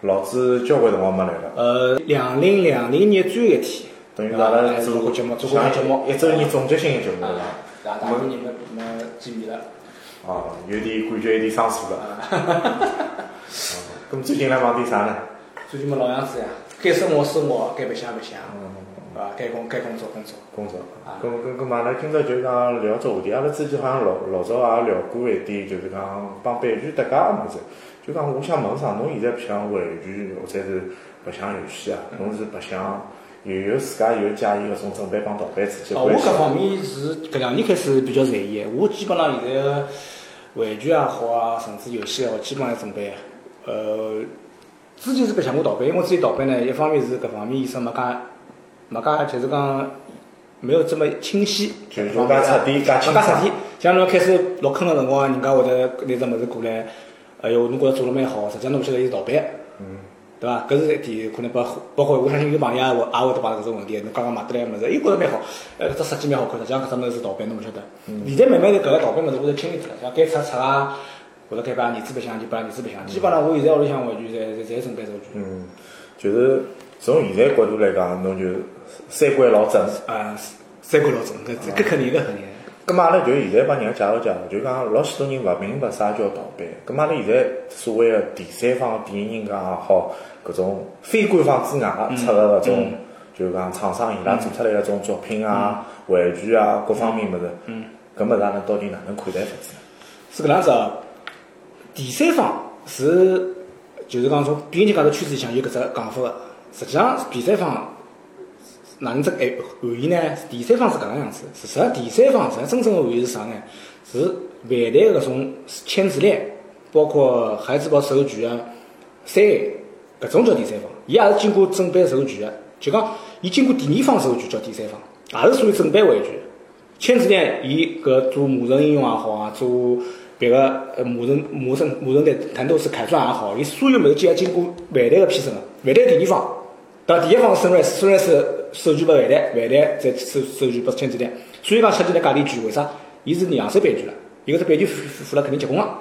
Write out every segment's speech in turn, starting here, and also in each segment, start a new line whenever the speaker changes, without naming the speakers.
老子交关辰光没来了，
呃，两零两零年最后一天，哎
等于阿拉
做过节目，做过
像
节目，
一周年总结性的节目
啊
了，
大大半年没没见面了，
啊，有点感觉有点生疏
啊
了。咁最近来忙点啥呢？
最近嘛老样子呀，该生活生活，该白相白相，
嗯
啊，该工该工作工作，
工作
啊。
咁咁咁嘛，阿拉今朝就讲聊只话题，阿拉之前好像老老早也聊过一点，就是讲帮版权搭界个物事。就讲我想问上，侬现在白相玩具或者是白相游戏啊？侬是白相有有自家有介意搿种正版帮盗版之间
哦，
关
我
系
搿
伐？
方面是搿两年开始比较在意的，我基本上现在玩具也好啊，甚至游戏也好，基本上准备，呃，之前是白相过盗版，因为之前盗版呢，一方面是搿方面意识没介没介，就是讲没有这么清晰，
就是说介彻底介
没
清
介
爽
彻底。像侬开始落坑个辰光，啊人家会得拿只物事过来，哎哟，侬觉着做了蛮好，实际上侬勿晓得伊是盗版。对伐？搿是一点，可能包括包括我相信有朋友也会也会得碰到搿种问题。侬刚刚买得来个物事，哎伊觉着蛮好，呃，搿只设计蛮好看，实际上搿只物事是盗版，侬勿晓得。现在慢慢的搿个盗版物事我都清理脱了，像该出出啊，或者该拨儿子白相就拨儿子白相。基本上我现在屋里向玩具侪侪侪准备手具，
嗯，就是从现在角度来讲，侬就三观老正。
呃，三观老准，搿搿肯定搿肯定。
咁嘛，阿拉就现在帮人家介绍介绍，就讲老许多人勿明白啥叫盗版。咁嘛，阿拉现在所谓的第三方、第一人家也好，搿种非官方之外啊出个搿
嗯
种，就是讲厂商伊拉做出来的搿种作品啊、
嗯
玩具啊各方面物事，搿物事阿拉到底哪能看待法子呢？
是搿能样子啊，第三方是就是讲从别人讲搿圈子里向有搿只讲法个，实际上第三方哪能只含含义呢？第三方是搿能样子，实际上第三方实际上真正个含义是啥呢？是万代搿种签字链，包括孩之宝授权啊、三 A 搿种叫第三方，伊也是经过正版授权个，就讲伊经过第二方授权叫第三方，也是属于正版玩具。签字链伊搿做磨成应用也好啊，做别个呃磨成磨成磨成的弹豆丝开钻也好，伊所有物事要经过万代个批准个，万代第二方，当然第一方是 Sunrise，Sunrise 授权拨万代，万代再授授权拨签字链，所以讲签字链价钿贵，为啥？伊是两手版权了，伊搿只版权付付付了肯定结棍了，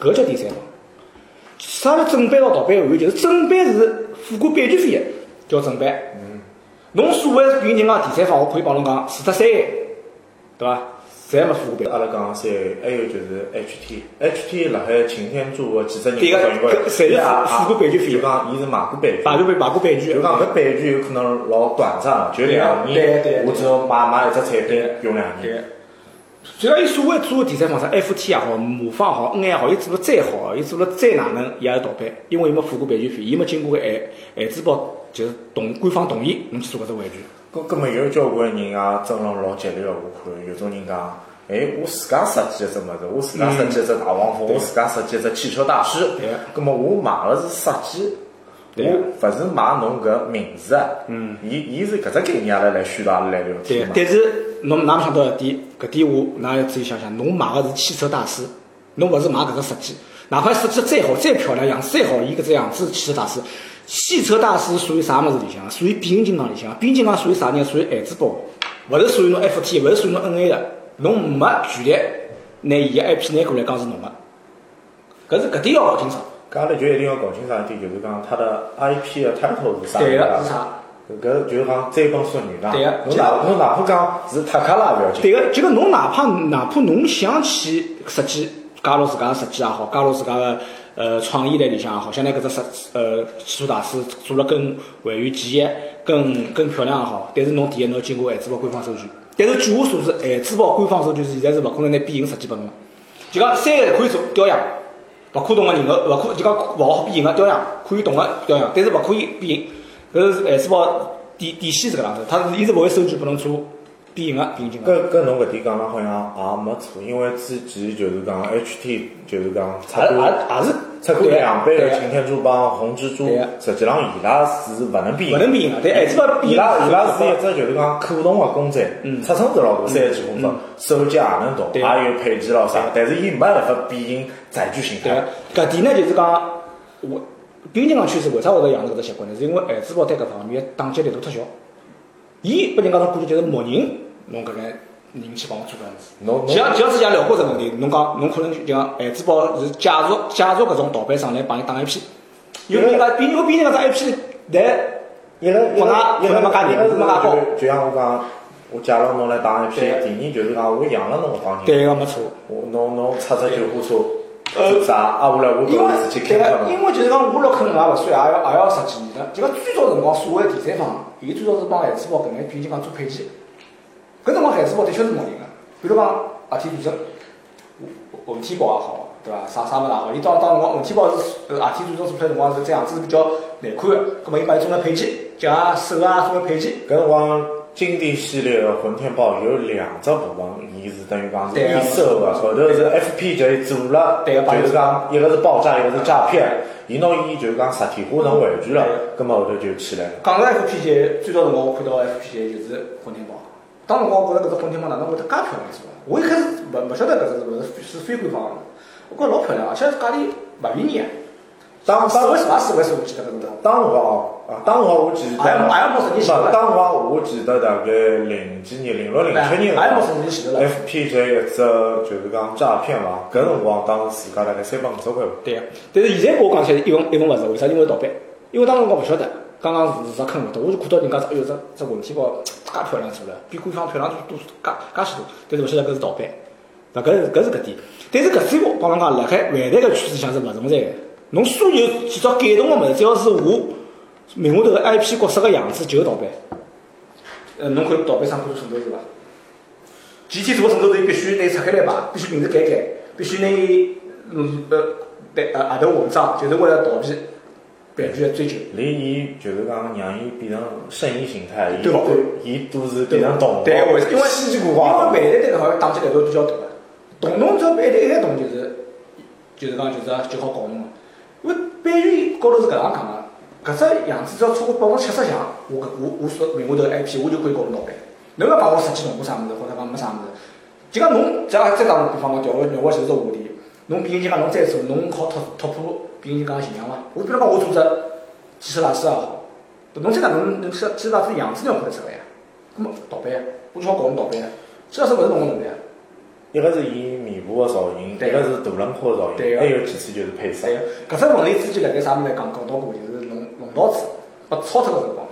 搿叫第三方。啥叫正版和盗版含义？就是正版是付过版权费的，叫正版。侬所谓比人家第三方，我可以帮侬讲，除脱三 A，对伐？侪没付过版
阿
权。
拉讲三，还有就是 HT，HT 辣海擎天柱个几只人
对个
搿辰光
搿侪是
伊也
付付过版权费
就讲伊是买过版权。
买过版买过版权
就，讲搿版权有可能老短暂，就两
对啊
年
对对，
我只要买买一只产品用两
对啊
年
个。。虽然伊所谓做的第三方啥 FT 也好，魔方也好，N 也好，伊做了再好，伊做了再哪能，伊也是盗版，因为伊没付过版权费，伊没经过哎海海之宝就是同官方同意，侬去做搿只玩具。
搿搿么有交关人啊争论老激烈个，我看有种人讲，哎，我自家设计一只物事，我自家设计一只大黄蜂，我自家设计一只汽车大师
嗯对个，
搿么我买个是设计。我
对啊个
勿是买侬搿名字啊，伊伊是搿只概念阿拉来宣传，阿拉来聊
对
天，嘛。
但是侬哪能想到一点？搿点我㑚要自己想想，啊侬买个是汽车大师，侬勿是买搿只设计。哪怕设计得再好、再漂亮、样子再好，伊搿只样子是汽车大师。汽车大师属于啥物事里向？属于变形金刚里向。啊变形金刚属于啥呢？属于孩子宝，勿是属于侬 FT，勿是属于侬 NA 的。侬没权利拿伊个 IP 拿过来讲是侬个，搿是搿点要搞清爽。
搿阿拉就一定要搞清爽一点，就是讲它的 IP 的 title 是啥物事
对个，是
啊
啥？
搿就是讲追本溯源啦。
对
侬
个
哪侬哪怕讲是塔卡拉勿要紧，
对个，就讲侬哪怕哪怕侬想去设计，加入自家个设计也好，加入自家个呃创意在里向也好，像拿搿只设呃基础大师做了更还原记忆、更更漂亮也好，但是侬第一侬要经过孩子宝官方授权，但是据我所知，孩子宝官方授权是现在是勿可能拿变形设计拨侬的，就讲三个可以做雕像。勿可动个人个，勿可就讲勿好变形个雕像，可以动个雕像，但是勿可以变形。搿是海世宝底底线是搿样子，他是伊是勿会收据拨侬做变形个变形金刚。
搿搿侬搿点讲了好像也没错，因为之前就是讲 HT 就是讲出
也
过
也
出过
也是啊对
两版
对啊
的擎天柱帮红蜘蛛
对啊，
实际上伊拉是勿能变
勿能变形个，但海世宝变
伊
形
拉伊拉是一只就是讲可动个公仔，尺寸是老大，三十几公分，手机也能动，也
嗯对
有配件咾啥，但是伊没办法变形载具形
对啊
态。
搿点呢就是讲我变形金刚趋势为啥会得养成搿只习惯呢？是因为海世宝对搿方面打击力度太小，伊拨人家种感觉就是默认侬搿眼人去帮我做搿样子。
侬侬
其实其实之前聊过这个问题，侬讲侬可能就讲孩子宝是借助借助搿种盗版商来帮伊打 IP，因为人家比我比人家只 IP 来，
伊拉伊
国
拉
外
伊拉
国外没介
伊
人
拉
没介高
就就像我讲，我借了侬来打一批，第
对啊
二就是讲我养了侬搿帮人，
对个没错。
我侬侬出只救护车做啥？啊，后来我
因
都
为
是自己
对
开发
个，
侬。
因为就是讲我落坑也勿算，也要也要十几年了。就讲最早辰光，所谓第三方，伊最早是帮孩子宝搿眼变形金刚做配件。搿辰光孩子宝的确是默认个，比如讲合体组织，文文体宝也好，对伐？啥啥物事也好，伊当当辰光文体宝是呃合体组织做出来辰光是这样子是比较难看个，葛末伊帮伊做了配件，脚啊手啊做了配件。
搿辰光经典系列的混天豹有两只部分，伊是等于讲是
对啊
预售的，后头是 FP 就做了，
对啊帮
就是
你
讲一个是爆炸，一个是诈骗，伊拿伊就是讲实体化成玩具了
对啊，
葛末后头就起来了。
讲到 FPGA，最早辰光我看到 FPGA 就是混天宝。当辰光我觉着搿只混天宝哪能会得介漂亮一只啊？我一开始勿勿晓得搿只是勿是是非官方个，我觉着老漂亮，而且价钿勿便宜啊。
当
四
当
万四万四万四，我记得搿辰光。
当辰光哦，啊，当辰光我记得，
哎呀哎呀没十年前了
不当辰光我记得大概零几年、零六、零七年
哎呀没十年前了
f p 这一只就是讲诈骗嘛，搿辰光当时自家大概三百五十块吧。
对个，但是现在跟我讲起来一文一文勿值，为啥？因为盗版，因为当时辰光勿晓得，刚刚入入坑勿得，我就看到人家说，哎哟，这这文体包介漂亮做了，比官方漂亮多多介介许多，但是勿晓得搿是盗版，那搿是搿是搿点。但是搿三我帮侬讲，辣海万代搿圈子里向是勿存在个，侬所有制造改动个物事，只要是我名下头个 IP 角色个样子，就是盗版。呃，侬看盗版商看做成都是伐？前天做个成都队必须拿拆开来排，必须名字改改，必须拿嗯呃对呃阿头文章，就是为了逃避版权的追究。
连伊就是讲让伊变成生意形态，伊
对吧
伊都是变成动物，
对，为啥？因为
稀奇古怪
因为。万代对搿好像打击力度比较大个，动侬只要一一旦动就是就是讲就是就好搞侬了。因为版权高头是搿样讲个，搿只样子只要超过百分之七十像，我搿我我所名下头的 IP 我就可以搞侬盗版。侬要讲我设计弄过啥物事，或者讲没啥物事，就讲侬再再打个比方讲，调个聊个就是这话题，侬变形金刚侬再做，侬好突突破变形金刚的形象伐？我比如讲我做只汽车大师也好，侬再哪能侬汽车汽车大师样子侬要看得出来呀？那么盗版呀，我就好搞侬盗版呀，汽车大师勿是侬个能力呀？
一个是伊面部的造型，一
对
个是大轮廓的造
对
型，
啊
还有其次就是配色
对。啊个，搿只问题之前辣盖啥物事讲讲到过，就是龙龙道子被超脱个辰光，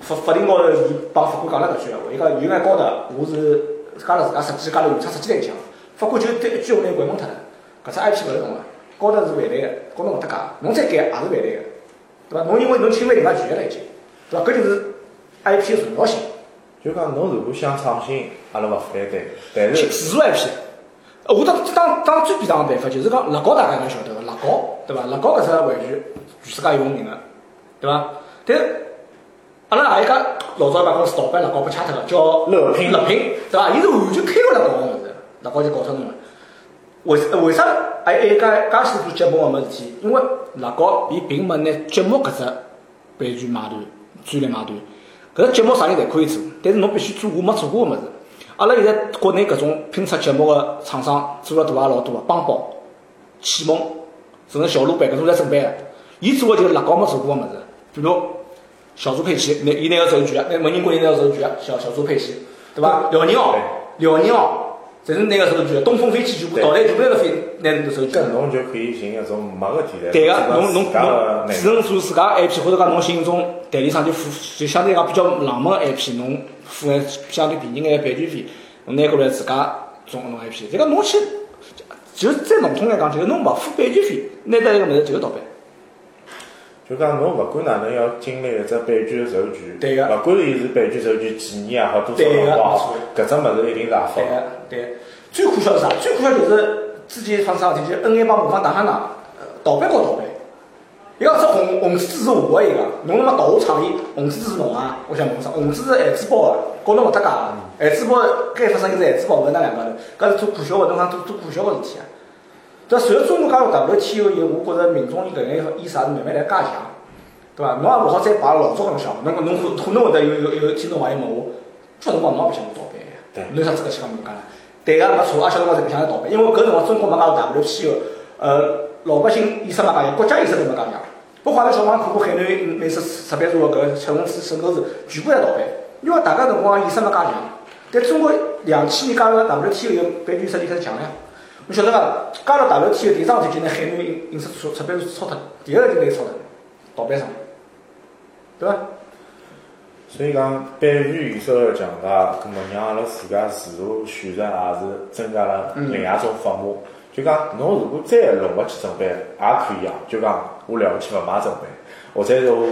法法庭高头伊帮法官讲了搿句闲话，伊讲有眼高头我是加了自家设计，加了原厂设计在里向，法官就对一句话拿伊关门脱了。搿只 IP 勿是侬个，高头是万代个，高头勿搭界，侬再改也是万代个，对伐？侬因为侬侵犯人家权益了已经，对伐？搿就是 IP 的重要性，
就讲侬如果想创新，阿拉勿反对，但
去
是
自主 IP。呃我当当当最便当个办法就是讲乐高，大家应该晓得个乐高，对伐？乐高搿只玩具全世界有名个，对伐？但是阿拉哪一家老早一把公司盗版乐高被掐脱个，叫
乐拼
乐拼，对伐？伊是完全开过来搞个物事，乐高就搞脱侬了。为为啥还还有介介许多节目个么事体？因为乐高伊并没拿节目搿只版权买断、专利买断。搿只节目啥人侪可以做，但是侬必须做我没做过个物事。阿拉现在国内搿种拼出节目个厂商做了大也老多个，帮宝、启蒙，甚至小鹿版搿种侪正版个。伊做个就是乐高没做过个物事，比如小猪佩奇，拿伊拿个手举，拿蒙人国伊拿个手举，小小猪佩奇，对伐？辽宁号，辽宁号，侪是拿个手举，东风飞起全部
对
倒来全部拿个飞拿个手举。
搿侬就可以寻一种没个题材，
对个
只，
侬侬
自家的
侬
内容
只能做自家 IP，或者讲侬寻一种代理商就付，就相对讲比较冷门的 IP，侬付眼相对便宜眼版权费，侬拿过来自家种弄 IP。这个侬去就是再笼统来讲，就是侬勿付版权费，拿到一个物事就是盗版。
就讲侬勿管哪能要经历一只版权的授权，
对个
勿管伊是版权授权几年也好，多少
对个
辰光也
没
好，搿只物事一定是合法的。
对个对个。最可笑是啥？最可笑就是之前发生啥事体，就是恩爱帮我方打哈拿，呃盗版搞盗版。伊讲只红红纸是我的伊讲，侬他妈盗我厂里红纸是侬啊！我想问啥？红纸是孩子啊包的，跟侬勿搭界的。孩子包该发生应是孩子包，勿是㑚两家头。搿是做可笑的，侬讲做做可笑个事体啊！但随着中国加入 WTO 以后，我觉着民众伊搿眼意识还是慢慢来加强，对伐？侬也勿好再摆老早搿种想法，侬侬可可能会得有有有听众朋友问我，小辰光侬也勿想过盗版呀？
对
侬有啥资格去讲人家呢？对个，没错，阿小辰光侪勿想要盗版，因为搿辰光中国没加入 WTO，呃，老百姓意识没加强，国家意识都没加强。包括阿拉小辰光看过海南美食出版社搿小红书、沈购是全部在盗版，因为大家辰光意识没加强。但中国两千年加入 WTO 以后，版权意识就开始强了呀。侬晓得伐？加入 WTO 第一桩事体就拿海南影影视出出版社抄脱，第二个就拿伊抄脱，盗版商，对伐？
所以讲，版权意识的强大，葛末让阿拉自家自我选择也是增加了另外一种法目。就讲，侬如果再弄勿起正版，也可以啊。就讲，我了不起勿买正版，或者是我我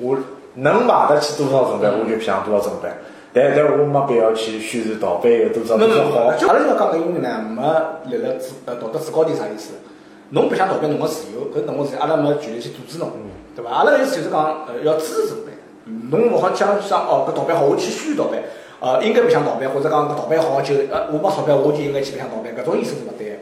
我我能买得起多少正版，我就想多少正版。但但我没必要去宣传盗版有多少多少好。
就阿拉就讲搿英语呢，没立了自呃道德制高点啥意思？侬白相盗版侬个自由，搿侬个自由，阿拉没权利去阻止侬，对伐？阿拉就是讲呃要支持盗版，侬勿好讲讲哦搿盗版好，我去宣传盗版，呃应该白相盗版，或者讲搿盗版好就呃我没钞票我就应该去白相盗版，搿种意思是勿对个。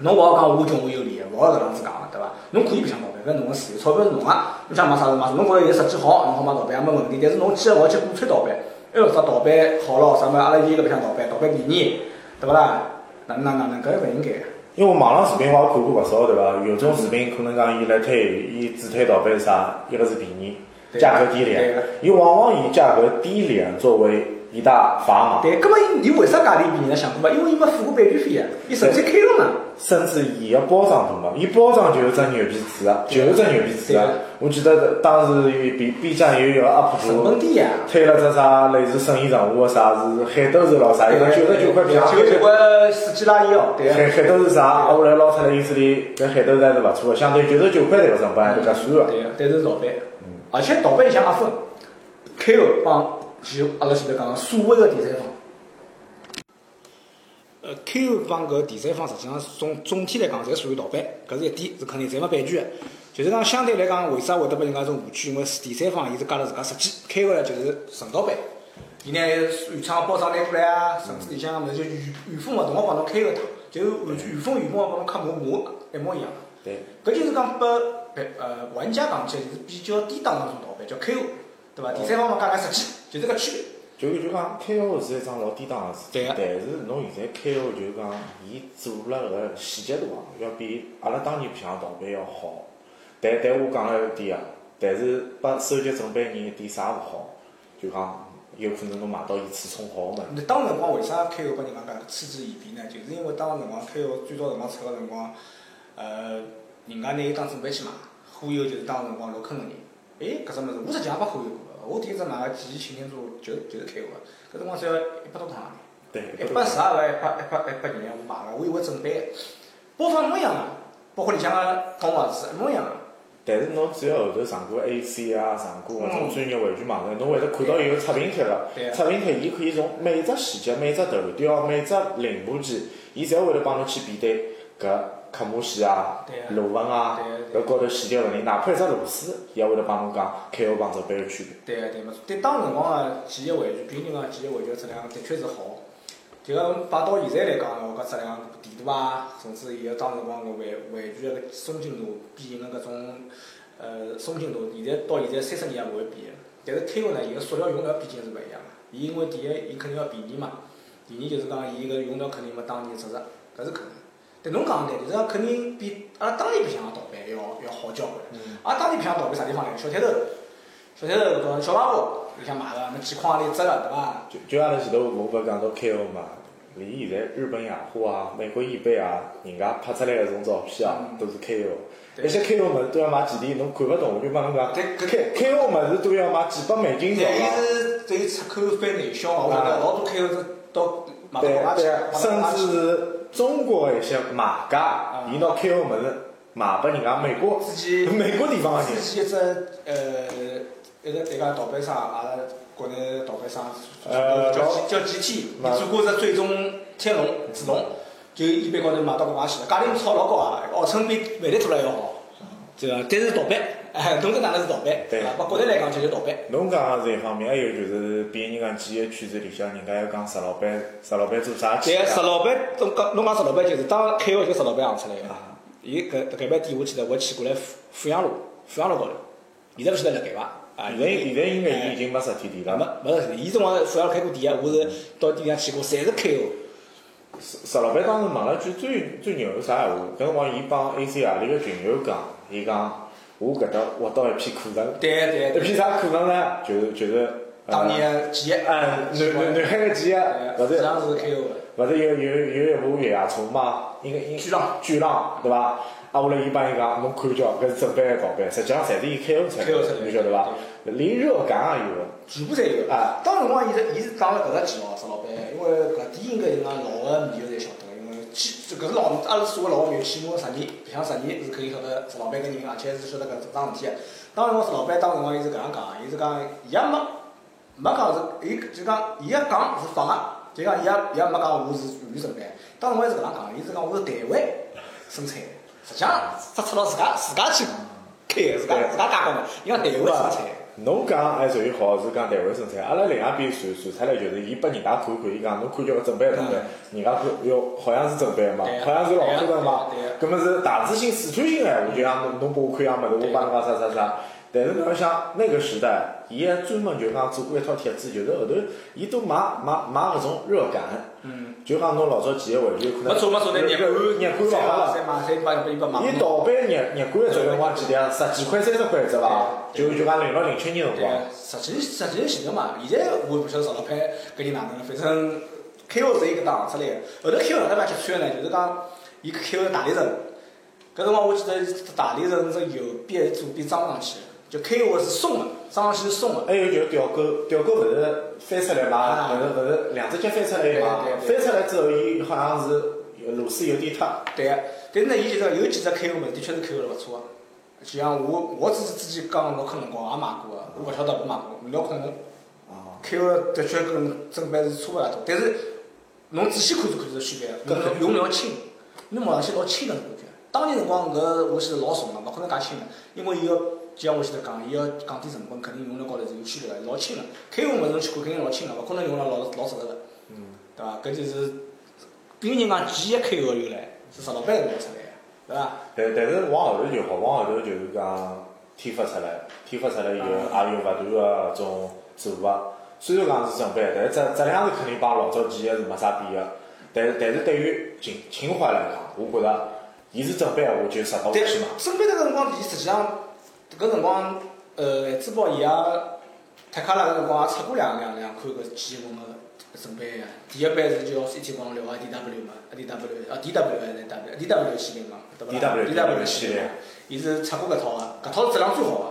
侬勿好讲我穷我有理，勿好搿能样子讲个，对伐？侬可以白相盗版，搿侬个自由，钞票是侬个，侬想买啥就买啥，侬觉着伊实际好，侬好买盗版也没问题。但是侬千万勿好去鼓吹盗版，哎哟啥盗版好咯，啥物事阿拉伊个白相盗版，盗版便宜，对勿啦？哪能哪能哪能搿勿应该个。
因为网浪视频我也看过勿少，对伐？有种视频可能讲伊辣推，伊只推盗版是啥？一个是便宜，
对
价格低
对
廉，伊往往以价格低廉作为一大砝码，
对，葛末伊伊为啥价钿便宜呢？想过伐？因为伊没付过版权费呀，伊直接开了嘛。
甚至伊个包装大嘛，伊包装就是只牛皮纸啊，就是只牛皮纸啊
对。
我记得当时有 B B 站有一个 UP
成
主
本低呀。啊
推了只啥类似生意任务个啥是海斗士咾啥，伊讲哎九十九块啊
九
钱，
十九块四 G 拉伊哦，对
海
个。
海斗士啥？我后来捞出来意思里，搿海斗士还是勿错个，相对九十九块这个成本还
嗯
是合算个。
对个，但是盗版，而且盗版里向也分 KO 帮就阿拉前头讲个所谓个第三方。呃，KO 帮搿第三方实际上总总体来讲，侪属于盗版，搿是一点是肯定侪没版权个。就是讲相对来讲，为啥会得拨人家种误区？因为第三方伊是加了自家设计，KO 呢就是纯盗版。伊呢原厂个包装拿过来啊，甚至里向个物事就原原封勿动个帮侬 KO 一趟，就是完全原封原本个帮侬刻模模一模一样。
对，
搿就是讲拨呃玩家讲起来就是比较低档的那种盗版，叫 KO，对伐？第三方嘛讲来设计，就这个区别。
就就讲 KO 是一桩老低档个事
对
体
个，
但是侬现在 KO 就讲伊做了搿细节度啊，要比阿拉当年白相盗版要好。但但我讲了一点啊，但是帮收集正版人一点啥勿好，就讲有可能侬买到伊尺寸好个物事。
那当时辰光为啥 KO 帮人家讲嗤之以鼻呢？就是因为当时辰光 KO 最早辰光出个辰光，呃，人家拿伊当正版去卖，忽悠就是当时辰光入坑个人。诶，搿只物事我实际也没忽悠过个，我第一只买个记忆擎天柱就就是 KO 个，搿辰光只要一百多趟洋钿。
对，
一百十二万，一百一百一百廿，我买了，我以为正版，包装一模一样啊，包括里向个装潢是一模一样啊。
但是侬只要后头上过 AC 啊，上过搿
嗯
种专业玩具网站，侬会得看到有个测评贴个
对啊。
测评贴伊可以从每只细节、每只头雕、每只零部件，伊侪会得帮侬去比对搿刻码线啊
对啊、
螺纹啊
对
搿高头细节问题，哪怕一只螺丝，伊也会得帮侬讲 KO 帮正版有区别。
对啊个对没错，对当辰光个记忆玩具，比人个记忆玩具个质量的确是好。就讲摆到现在来讲，我讲质量地图啊，甚至伊个当辰光个玩玩具个松紧度，变形个搿种呃松紧度，现在到现在三十年也勿会变个。但是 KO 呢，伊个塑料用料毕竟是勿一样个，伊因为第一，伊肯定要便宜嘛，第二就是讲伊个用料肯定没当年扎实，搿是肯定。但侬讲对，就是讲肯定比阿拉当年白相个盗版要要好交关。阿拉当年白相盗版啥地方来？小铁头。小铁头搿种小卖部里向买个，那几块钿一只个，对伐？
就就阿拉前头我勿讲到 KO 嘛，离现在日本雅虎啊、美国易贝啊，人家拍出来搿种照片啊，都是 KO。
嗯对
一些 KO 物事都要买几钿，侬看勿懂，我就帮侬讲。
对搿
K KO 物事都要买几百美金
但伊
啊。
是等于出口翻内销嘛，我觉得老多开个是到买到
对啊
国外去
对，，甚至是中国的一些买家，伊拿开个物事卖拨人家美国
嗯自己
美国地方的人
之，前一只呃一个一家盗版商，阿拉国内盗版商
呃
叫
老嗯
叫 GT，
那
做过是最终天龙子龙，就 eBay 高头买到搿把去了，价钿炒老高啊，号称比万达多了要好，对伐？但是盗版，哎，侬搿哪能是盗版？
对
伐？把国内来讲就是盗版。
侬讲个是一方面，还有就是别人讲几个圈子里向，人家要讲石老板，石老板做啥去啊的？
对石老板，侬讲侬讲石老板就是当开个就石老板行出来个，伊搿搿爿店我记得我去过来富富阳路，富阳路高头，现在勿晓得辣盖伐？啊，
现在现在应该
哎
已经没实体店
啊，
了。
没没事，伊辰光富阳开过店，啊我是到店里向去过，侪是 KO。
石石老板当时问了句最最牛是啥闲话？搿辰光伊帮 A C 阿里个群友讲，伊讲我搿搭挖到一批库存，
对对啊
一批啥库存呢？就是就是呃
当年呃企业，
嗯，南南南海个企业，勿
实际
是
上是 KO 的。
勿是有有有一部月牙虫嘛？应该应
巨浪
巨浪对伐？啊，后来伊帮伊讲，侬看叫搿是正版个盗版，实际上侪是伊开发出来
开发出
的
来，的
侬晓得伐？连热感也有个。
全部侪有
啊
当辰光，伊是伊是打了搿个旗号，石老板，因为搿点应该是讲老个迷友侪晓得个，因为去搿是老阿拉所谓老个迷友，起码十年，白相十年是可以晓得石老板搿人，啊而且是晓得搿桩事体个。当辰光石老板，当辰光伊是搿样讲的，伊是讲伊也没没讲是，伊就讲伊也讲是仿个，就讲伊也伊也没讲我是原正版。当辰光伊是搿样讲的，伊是讲我是台湾生产的，实际上只出到自家自家去开的，自家自家加工的，伊讲台湾生产的。
侬讲还属于好，是讲台湾生产。阿拉另外一边传传出来就是，伊拨人家看看，伊讲侬看叫正版盗版，人家看哟，好像是正版嘛
对，啊
好像是老版的嘛
对啊对啊。
搿么是大致性、试穿性哎，我就像侬侬拨我看样物事，
对
我帮侬讲啥啥啥。但是侬要想那个时代，伊还专门就讲做过一套帖子，就是后头伊都买买买搿种热感，嗯，就讲侬老早几个玩具可能
没错没错，那
热
日
感
本
热感老好了。
再买再买一个嘛。
伊盗版日日冠的辰光几钿啊？十几块、三十块一只伐？
对
就就讲零六零七年辰
对
光
啊，，实际实际是前头嘛。现在我也不晓得石老板搿人哪能，反正 KO 是伊搿档出来个。后头 KO 哪能办吃穿呢？就是讲伊 KO 大力神，搿辰光我记得大力神是右边左边装上去的，就 KO 是松个，装上去是松个。
还有就是吊钩，吊钩勿是翻出来嘛，
啊
勿是勿是两只脚翻出来嘛，
对
翻出来之后伊好像是有螺丝有点脱，
对个，但是呢，伊就是有几只 KO 物事的确是 KO 了勿错个。就像我，我只是之前讲六克辰光也买过个，我勿晓得我买过六克辰光。
啊，
开个的确跟正版是差勿大多，啊但是侬仔细看就看出区别，搿用料轻，侬摸上去老轻个感觉。当年辰光搿我是老重个，勿可能介轻个，因为伊要就像我现在讲，伊要降低成本，肯定用料高头是有区别个，老轻个。开个物事侬去看肯定老轻个，勿可能用料老老实实个，对伐？搿就是，比如人讲几亿开个由来是石老板弄出来个，对伐？
但但是往后头就好，往后头就是讲天发出来，天发出来以后
啊
也有勿断个搿种做法。虽然讲是正版，但是质质量是肯定帮老早几个是没啥比个。但是但是对于情情怀来讲，我觉着伊是正版，我就值得
对
回去买。，
身边搿辰光，伊实际上搿辰光，呃，蓝珠宝伊也泰卡拉搿辰光也出过两两两款搿几份个正版呀。第一版是叫一天光六啊 D W 嘛，D W 啊 D W 还是 W D W 系列嘛，对伐
DW
？D W 系列，伊是出过搿套个，搿套质量最好个。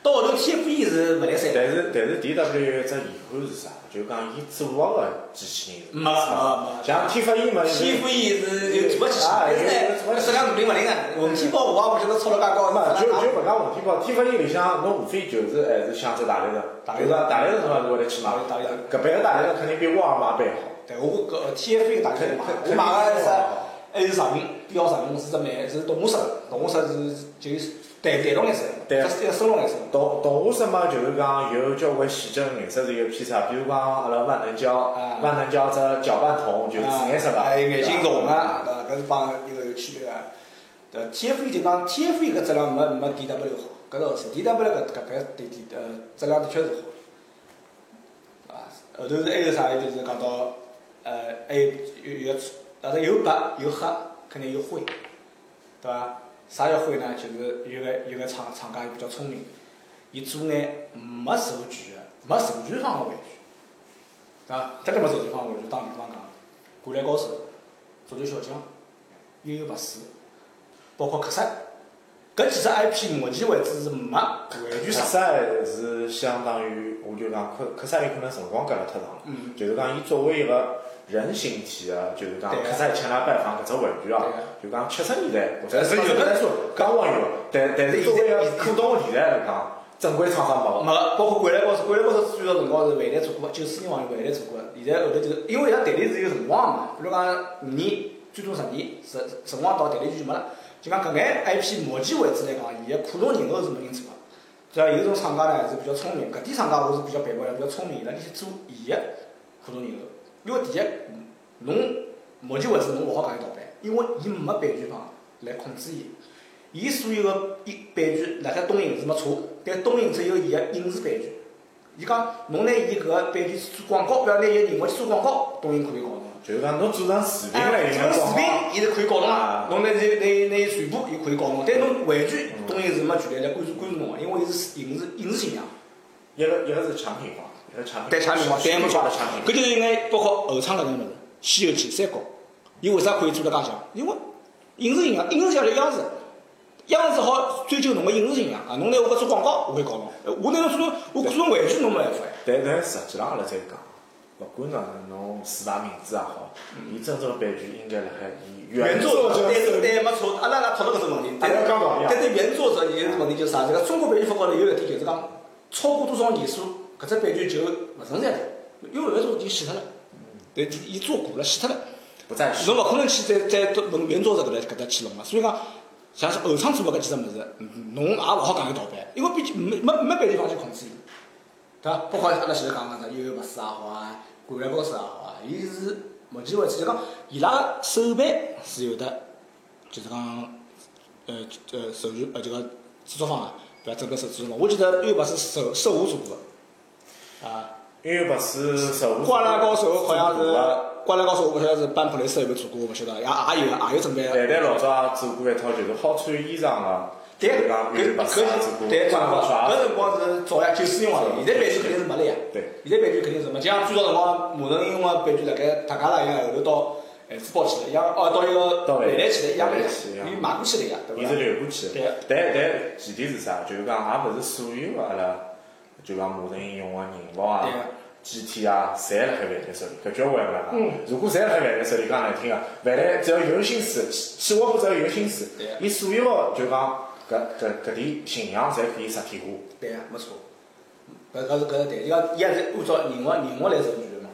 到后头 T F E 是勿来三，
但是但是 D W 有一只遗憾是啥？就讲伊做好个机器人是
没没没
像天发伊嘛，
T
伊
F E 是有做勿起去，但是呢，质量肯定勿灵个。文天宝我也勿晓得炒了介高，
嘛就
质量
就勿讲问题吧。天发伊里向侬无非就是还是想只大力神，
大力
就是
神
大力神侬还是会得去买。
大力神
搿版个大力神肯定比沃尔玛版好。
对，我搿 TFA 大概买，我买个是还有长明，比较长明是只蛮是动画色，动画色是就是淡淡绿颜色，它是一个深绿颜色。
动动画色嘛，就是讲有交关细节颜色是有偏差，比如讲阿拉万能胶
啊，
万能胶只搅拌桶就是紫颜色个，
还有啊哎眼睛
对
红
吧
啊，对伐？搿是帮一个有区别个。对，TFA 就讲 TFA 搿质量没没 DW 好，搿倒是 DW 搿搿搿对对呃质量的确是好。啊，后头是还有啥？就是讲到呃，还有有有，但是有白有黑，肯定有灰，对伐？啥叫灰呢？就是有个有个厂厂家比较聪明，伊做眼没授权的、没授权方的玩具，啊，真的没授权方的玩具，打比方讲，灌篮高手、足球小将、悠悠白书，包括克萨，搿几只 IP 目前为止是没玩具
克
上。
萨是相当于，我就讲，克克萨有可能辰光隔了太长了，就是讲伊作为一个人形体的，就是讲
对啊
克萨切纳拜访搿只玩具啊
对啊，
就讲七十年代或者
但是
八
有
十
的
年代初刚刚有，但但是作为一个普通的现在来讲，正规厂商没
没个，包括《灌篮高手》，《灌篮高手》最早辰光是万代做过嘛，九四年往里万代做过，现在后头就是因为伊拉代理是有辰光嘛，比如讲五年，最多十年，辰辰光到代理就没了。就讲搿眼 IP 目前为止来讲，伊个可动人偶是没人做个。只要有种厂家呢是比较聪明，搿点厂家我是比较佩服的，比较聪明，伊拉去做伊个可动人偶。因为第一，侬目前为止侬勿好讲伊盗版，因为伊没版权方来控制伊。伊所有个一版权辣盖东映是没错，但东映只有伊个影视版权。伊讲侬拿伊搿个版权去做广告，不要拿伊个人物去做广告，东映可以告侬。
就是讲侬做成视频来，
哎，
人
这
家
个视
讲
频
好
伊是可以告侬
呃啊
个，侬拿伊拿拿伊传播，伊可以告侬。但侬玩具东映是没权利来管住管住侬个，因为伊是影视影视形象。
一个一个是产品方，一个产品方，
对产品嘛，对
虚
没
拟
错
化的产品，
搿就是应该包括后厂搿眼物事，《西游记》《三国》，伊为啥可以做得介强？因为影视形象，影视形象就央视，央视好追求侬个影视形象啊！侬拿我搿做广告，我会告侬，呃我拿侬做成我做成玩具，侬没办法呀。
但但实际上阿拉在讲，勿管哪能，侬四大名著也好，伊真正版权应该辣海伊
原作者
者
对对没错，阿拉也讨论搿只问题。但是
阿拉刚讲一样
但是原作者伊个问题就是啥？这个中国版权法高头有一点就是讲，超过多少年数，搿只版权就勿存在了，因为原作者已经死脱了，对，伊伊做过了，死脱了。
不再
侬勿可能去再再到侬原作者搿搭搿搭去弄嘛。所以讲，像是后厂做的搿几只物事，嗯侬也勿好讲伊盗版，因为毕竟没没没别地方去控制伊，对伐？包括阿拉前头讲个啥悠悠白书也好啊，灌篮高手也好啊，伊是目前为止就讲伊拉个手办是有的，就是讲呃呃授权呃就讲制作方啊，不要这个手制作方，我记得悠悠白书是手手我做过的啊。
因为勿是手
灌篮高手好像是，灌篮高手我不晓得是班普雷斯有没有做过，我不晓得，也也有也有准备。
蛋蛋老早也啊做过一套，就是好穿衣裳个，
对，
就是
搿
讲有白
搿
纱做过，
对，搿辰
穿
光
过啥
搿辰光是早呀，九四年往来，现在版权肯定是没了呀。
对
现在版权肯定是没，就像最早辰光马腾因为版权辣盖塔加拉一样，后头到爱之宝去了，一样哦到一个
到
未
未来
来去了，一样
未来去一样
伊买过去了呀，对
伊
伐
是？流过去的
对。
但但前提是啥？就是讲也勿是所有个阿拉，就讲马腾用个人服啊
对啊、
机体啊，侪辣海万代手里，搿交关勿啦。
嗯
如果侪辣海万代手里，讲难听个，万代只要有心思，企企划部只要有心思
对啊，
伊所有个就讲搿搿搿点形象侪可以实体化。
对呀，没错。搿搿是搿是对，伊讲伊也是按照人物人物来授权的嘛，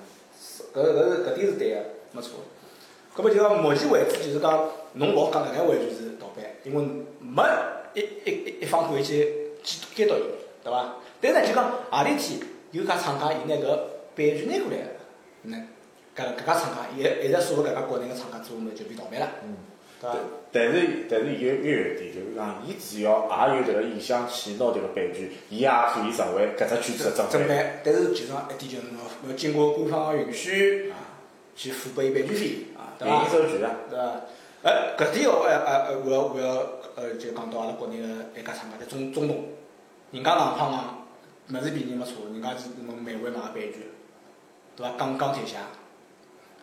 搿搿搿点是对个，没错。搿么就讲目前为止就是讲，侬老讲搿眼玩具是盗版，因为没一一一一方可以去去监督伊，对伐？但是呢，就讲何里天有家厂家伊拿搿版权拿过来了，那搿搿家厂家一一直所谓搿家国内个厂家做么就变盗版了，对伐？
但是但是有有一点，就是讲，伊只要也有迭个意向去拿迭个版权，伊也可以成为搿只圈子的
正
正版。
版，但是其实上一点就是要要经过官方的允许啊，去付拨伊版权费啊，对
名义
伐？
授权啊，
对伐？哎，搿点哦，哎哎，哎我要我要呃，就讲到阿拉国内个一家厂家叫中中东，人家硬胖啊，物事便宜没错，人家是侬漫威买个版权，对伐？钢钢铁侠，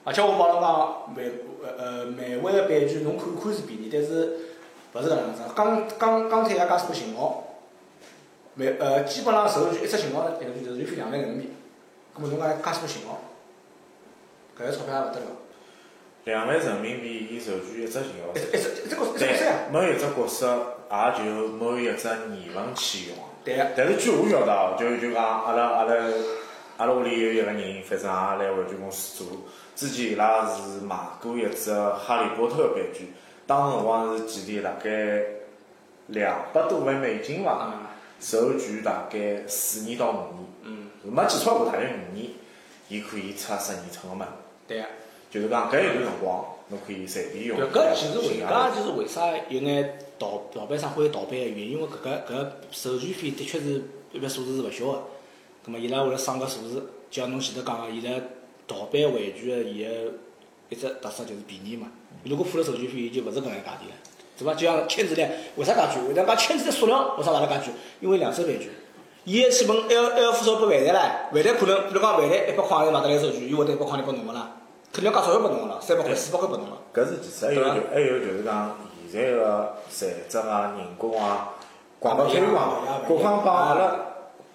而且我帮侬讲，漫呃呃漫威个版权侬看看是便宜，但是勿是搿能样子，钢钢钢铁侠介许多型号。每呃，基本上授权一只型号，一个就是就费两万人民币。咁么侬讲介许多型号，搿个钞票也勿得了。
两万人民币，伊授权一只型号
一。一只一只角一只角色呀
但，每一只角色也就某一只年份去用。
对个，
但是据我晓得啊，就就讲阿拉阿拉阿拉屋里有一个人，反正也来玩具公司做。之前伊拉是买过一只《哈利波特》版权，当辰光是几钿？大概两百多万美金伐
嗯，
授权大概四年到五年。嗯，没记错过，大概五年，伊可以出十二寸个物事。
对个。
就是讲搿一段辰光，侬可以随便用。
对，搿其实为
形象
搿就是为啥有眼盗盗版商会有盗版的原因，因为搿个搿个授权费的确是一笔数字是勿小个。葛末伊拉为了省搿数字，就像侬前头讲个，伊拉盗版玩具个伊个一只特色就是便宜嘛。如果付了授权费，伊就勿是搿能介钿了，对伐？就像签字链，为啥介贵？为啥讲签字链数量为啥勿能介贵？因为两手版权。伊个成本还要还要付钞拨万代唻，万代可能比如讲万代一百块钿买得来授权，伊会得一百块钿拨侬个啦，肯定要加钞票拨侬个啦，三百块、四百块拨侬了。
搿是其次，还有
啊
就还有就是讲现在个财政啊、人工啊、广告推广、
啊
各方帮阿拉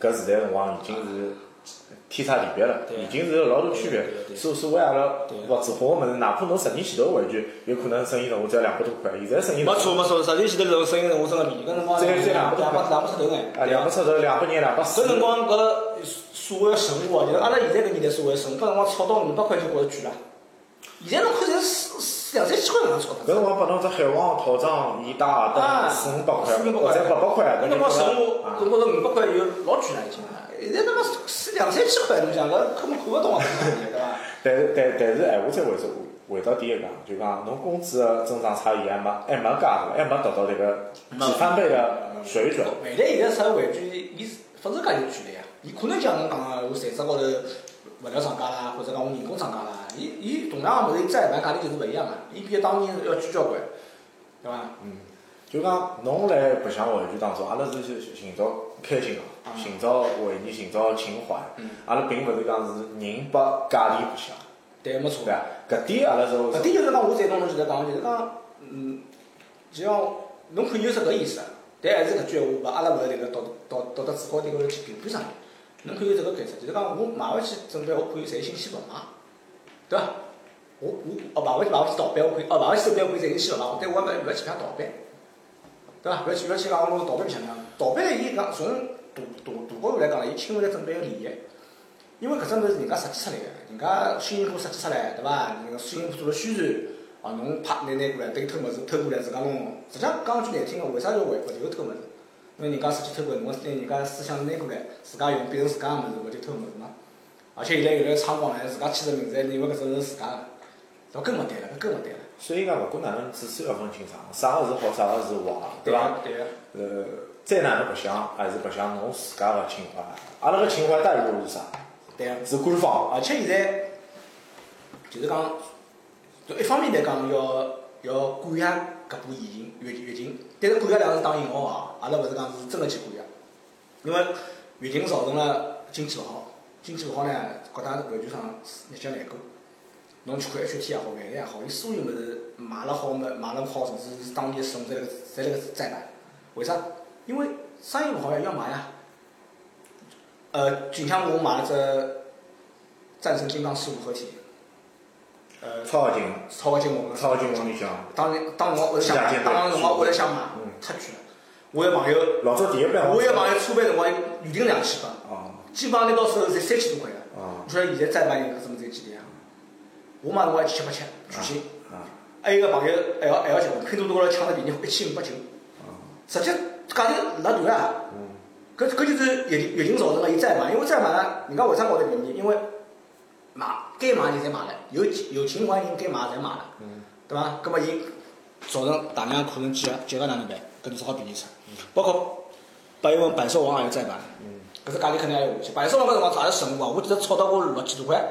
搿时代辰光已经是天差地别了，
对啊
已经是老大区别
对啊对。对
所所谓阿拉
对啊
物质化个物事，哪怕侬十年前头回去，有可能生意任务只要两百多块，现在生意任务
没错没错，十年前头搿种生意我真个便宜，搿辰光
再再
两
两
百
百
两百两百出头呢，
啊，两百出头，两百廿，两百四
搿。辰光搿个所谓的神话，就是阿拉现在搿年代所谓的神话，搿辰光炒到五百块就觉着贵了。现在侬看侪四四两三千块能炒
搿辰光拨侬只海王套装，伊带鞋
啊，
带四五百块，
四五
或
百
者八百块，
搿
侬
辰
就
光
觉得
神
啊，
话搿觉着五百块有老贵了已经了。现在他妈四两三千块，侬想搿根本看勿懂啊，对伐？
但是但但是闲话再回说回到第一讲，就讲侬工资的增长差异还没还没介大，还没达到这个几翻倍的水准。
未来现在啥玩具，伊是法制价就贵了呀。伊可能像侬讲个，我材质高头物料涨价啦，或者讲我人工涨价啦，伊伊同样个物事，伊再版价钿就是勿一样个，伊比当年要贵交关，对伐？
就讲侬来白相玩具当中，阿拉是去寻找开心个，
嗯
寻找回忆，寻找情怀。阿拉并勿是讲是人拨价钿白相，
对，没错
对。伐？啊搿点阿拉是
搿点呃就是讲，我赞同侬现在讲的，就是讲，嗯，就像侬看有是搿意思，但还是搿句闲话，把阿拉勿是迭个道道道德制高点高头去评判上去。侬看有这个开始，就是讲我买回去准备，我可以随心先勿买，对伐？我我哦买回去买回去盗版，我可以哦买回去盗版我可以随心先勿买，但我也勿勿要去讲盗版，对伐？勿要去勿要去讲我盗版白相讲，盗版伊讲从大大大高头来讲伊侵犯了正版个利益。因为搿只物事人家设计出来个，人家新闻部设计出来，对伐？人家新闻部做了宣传，哦，侬拍拿拿过来，等于偷物事偷过来自家弄。实际上讲句难听个，为啥叫违法？就是偷物事。因为人家设计偷过来，侬拿人家思想拿过来，自家用变成自家个物事，勿就偷物事嘛？而且现在有了厂光呢，自家签个名字，还认为搿只是自家个，那更勿对了，搿更勿对了，
所以讲，勿管哪能，至少要分清爽，啥个是好，啥个是坏，对伐？
伐？对个。
呃，再哪能白相，还是白相侬自家个情怀。阿拉个情怀带入是啥？
对个。
是官方
而且现在就是讲，从一方面来讲要要感谢搿波疫情疫疫情，但是感谢两个字打引号啊，阿拉勿是讲是真个去感谢，因为疫情造成了经济勿好，经济勿好呢，各大玩具商日脚难过。侬去看 H T 也好，万代也好，伊所有物事卖了好物，卖了好，甚至是当年甚至那个在那个再卖，为啥？因为生意勿好呀，要买呀。呃，就像我买了只战神金刚十五合体，呃，
超劲，
超个金我
超劲往里向。
当年当时我是啊嗯想买，当时辰光我是想买，太贵了。我有朋友，
老早第一版
我有朋友初版辰光预定两千八，
哦，
基本上拿到手才三千多块个。
哦
你说现在再买一个怎么才几钿啊？我买辰光一千七八七，全新。
啊，
还有一个朋友还要还要结棍，拼多多高头抢了便宜，一千五百九，直接价钿拉断啊！搿搿就是疫情疫情造成了伊再买，因为再买呢，人家为啥搞得便宜？因为买该买人侪买了，有有情怀人该买侪买了，对伐？葛末伊造成大量可能结结个哪能办？搿就只好便宜出，包括八月份百兽王也要再买，搿只价钿肯定还要下去。百兽王搿辰光也是神话，我记得炒到过六千多块，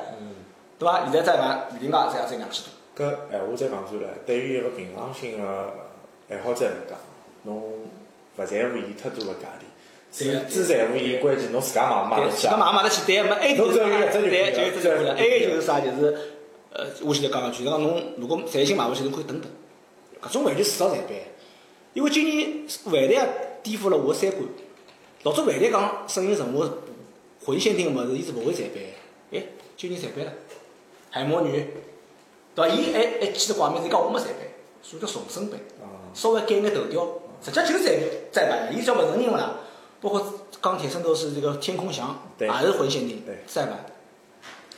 对伐？现在再买预定价才也只两千多。
搿闲话再讲出来，对于一个平常心个爱好者来讲，侬勿在乎伊太多个价钿，
对
只
啊
只在乎伊关键侬自家买买
对，
得起
自。家买买得起，对，没 A
侬
就是
只要有一只就可以了
对，就是这就可以了。A 就是啥？就是呃，我现在讲个，就是讲侬如果三星买回去，侬可以等等。搿种玩具迟早侪办，因为今年万代颠覆了我的三观。老早万代讲声音神话魂仙听个物事，伊是勿会再版个。哎，今年再版了，海魔女，对伐？伊还还记得挂名，伊讲我没再版，所以叫重生版。
啊，
稍微改眼头雕，实际就是再再版，伊叫勿承认勿啦。包括钢铁圣斗士这个天空翔，
对
也是魂限定
对
再版，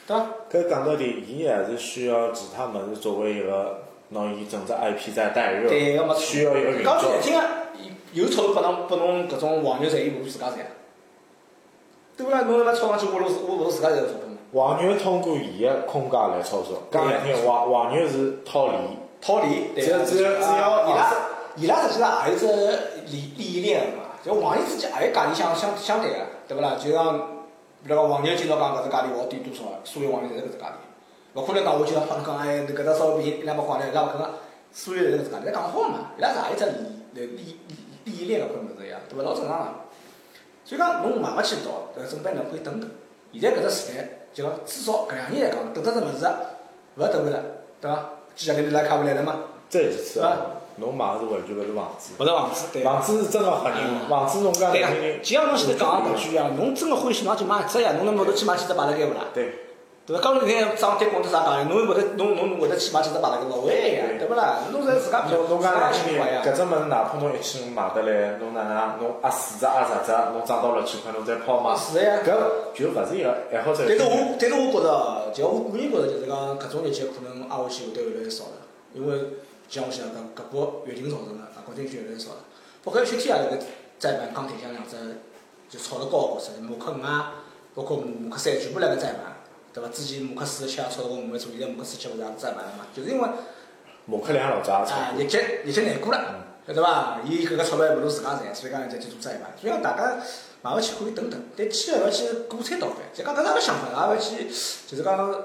对伐？
搿讲到底，伊还是需要其他物事作为一个拿伊整只 IP 再带热，
对个嘛，
需要一个运
讲句
作
难。听个，有钞票拨侬拨侬搿种黄牛赚，伊勿如自家赚啊。对勿啦？侬他妈炒上去，我如我如自家赚钞票嘛，
黄牛通过伊个空间来操作，讲难听，黄黄牛是套利。
套利对伐？
只只只要
伊拉伊拉实际上也有只利利益链个嘛，就黄牛之间也有价钿相相相对个，对勿啦？就像比如讲黄牛今朝讲搿只价钿，我要低多少，所有黄牛侪是搿只价钿，勿可能讲我今朝帮侬讲哎搿只稍微便宜一两百块钿，伊拉勿肯讲，所有侪是搿只价钿，伊拉讲好嘛，伊拉是也有只利利利利益链搿块物事呀，对伐？老正常个。所以讲侬买勿起到，呃，准备呢可以等等。现在搿只时代，就讲至少搿两年来讲，等得只物事啊，勿要等回来，对伐？几十年来卡勿来了嘛，
这几
是
次
伐
啊，？侬买的是回去搿是房子，
勿是房子，对
房
伐？
子是真个吓人，房子侬家
嗯对
里
呀
面，
就像侬现在讲个搿句一样，侬真个欢喜，侬也就买一只呀，侬能会得去买几只摆辣盖勿啦？
嗯对，
对伐？刚刚现在涨跌讲得啥讲呀？侬会得侬侬会得去买几只摆辣盖勿会呀？对勿啦？侬是自家比较
侬侬家
家
两
喜
千
欢
钿，
呀？
搿只物事哪怕侬一千五买得来，侬哪能侬压四只压十只，侬涨到六千块，侬再抛卖，
是的呀
搿就勿是一个爱好者。
但是我但是我觉得，就我个人觉得，就是讲搿种日节可能挨下去会得越来越少了，因为就像我想讲，搿波疫情造成的，外国经济越来越少了。包括雪天啊，搿个在板钢铁像两只就炒得高的股市，马克五啊，包括马克三，全部辣盖在板，对伐？之前马克四十七也炒到过五万左右，现在马克四十七勿是也在板了嘛？就是因为
马克两老早也炒
啊，
过，
日节日节难过了，晓得伐？伊搿个钞票勿如自家赚，所以讲人家就做只一盘。所以讲大家买勿起可以等等，但千万勿要去过猜倒板。就讲搿是阿拉想法，也勿要去就是讲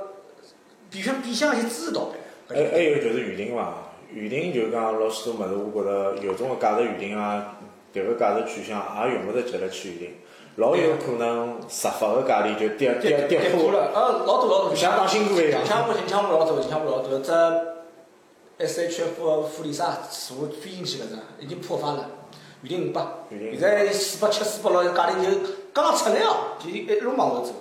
变相变相去支持倒板。
还还有就是预定伐，预定就讲老许多物事，我觉着有种个价值预定啊，迭个价值取向也用勿着急着去预定，老有可能十发个价钿就跌跌跌
破
破
了，呃，老多老多，
像打新股一样
近腔我近腔我老多，近腔我老多，这 S H F 富丽莎坐飞进去搿只已经破发了，预定五百，
预定
现在四百七、四百六价钿就刚刚出来哦，就一路往下走。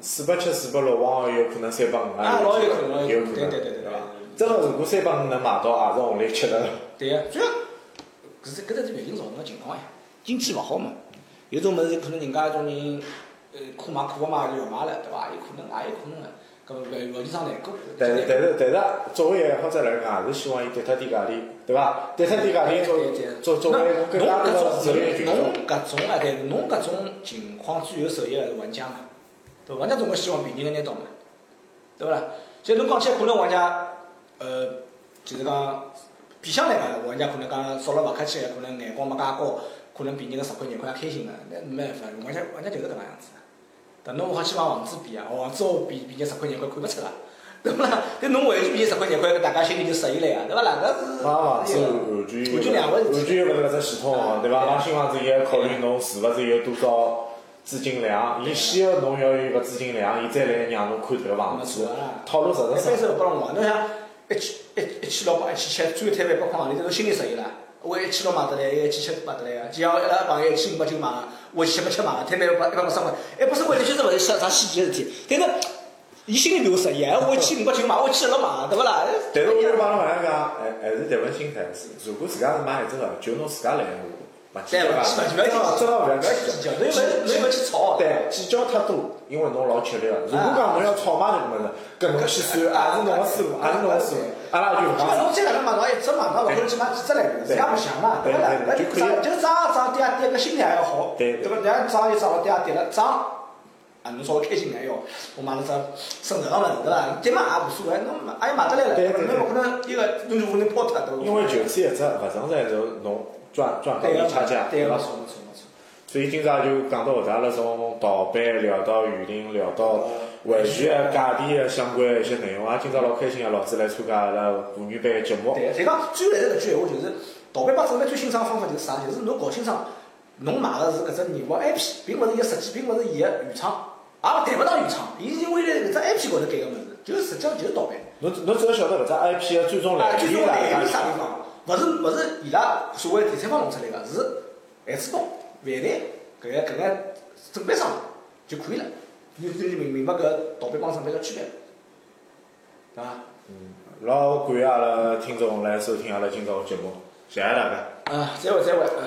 四百七、四百六，往后有可能三百五
啊老有可能
有
对对对对对
伐？真个如果三百五能买到，也啊是红利吃的。
对呀、主要搿是搿才是环境造成个情况呀。经济勿好嘛，有种物事可能人家一种人，呃，可买可勿买就勿买了，对伐？有可能，也有可能个。搿么呃勿勿经常难过。
但是但是但是，作为爱好者来讲，还是希望伊跌脱点价钿，对伐？跌脱点价钿，作为作作为
侬
更加多自律群
侬
众。
搿种啊，但是侬搿种情况最后受益个是玩家嘛，对伐？玩家总归希望便宜个拿到嘛，对勿啦？就侬讲起来，可能玩家，呃，就是讲，变相来讲，玩家可能讲少了勿客气个，可能眼光没介高，可能便宜个十块廿块也开心个，那没办法，玩家玩家就是搿能样子的。但侬勿好去买房子比啊，房子我比便宜十块廿块看勿出啊，对勿啦？但侬回去便宜十块廿块，大家心里就适应了呀，对勿啦？搿是
买房子完全
完全两回事体
完全勿是搿只系统
啊
个，对伐？
对啊
买新房子伊要考虑侬是勿是有多少资金量，伊先要侬要有个资金量，伊再来让侬看迭个房子
没错啊，
套路实
一
实
般
实
是勿帮忙，侬想一千一一千六帮一千七，最后摊万八块行钿，这是心里适意了。我一千六买得来，一千七买得来，啊就像阿拉朋友一千五百九买个，我一千八七买个，摊万八一百八十块，一百十块的确实哎勿是啥啥稀奇个事体，但是伊心里比我适意，哎，我一千五百九买，我一千六买，对勿啦？哎
但是我就帮侬朋友讲，哎还还是迭份心态，如果自家是买一只个，就侬自家来闲话，勿计
对
较
勿
伐？
计勿要
真个勿要
计较，侬又勿侬又勿去吵，啊
对，计较太多，因为侬老吃力个。如果讲侬要炒卖迭个物事，搿侬去算，也是侬个思路，
啊
也是侬个思路，阿拉也就勿讲。
那侬再哪能买到一只嘛？那勿可能去买几只来个，人家勿想嘛，对勿啦？那涨就涨涨跌跌，搿心态还要好，对伐？人家涨就涨了，跌也跌了，涨啊，侬稍微开心眼哟，我买了只升值个物事，对伐？跌嘛也无所谓，侬买也买得来了，侬勿可能一个侬就可能抛脱，对伐？
因为就此一只勿存在就侬赚赚高
对
低
个
差价，
对个，
伐
没？错没错没错。
所以今朝就讲到搿搭，阿拉从盗版聊到预定，聊到完全个价钿个相关的一些内容啊。今朝老开心啊，老子来参加阿拉妇女班个节目。
对，所以啊讲哦最后来是搿句闲话，就是盗版帮正版最欣赏方法就是啥？就是侬搞清爽，侬买个是搿只人物 IP，并勿是伊个设计，并勿是伊个原创，啊也谈勿到原创，伊是因为辣搿只 IP 高头改个物事，就是实际上就是盗版。
侬侬只要晓得搿只 IP 个最终
啊，
来
最
源
终来源
源
是啥地方？勿是勿是伊拉所谓第三方弄出来个，是韩子东、万代搿个搿个正版商就可以了。你你明明白搿盗版帮正版个区别，啊对伐？
老感谢阿拉听众来收听阿拉今朝个节目，谢谢大家。
啊，再会再会。啊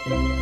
thank you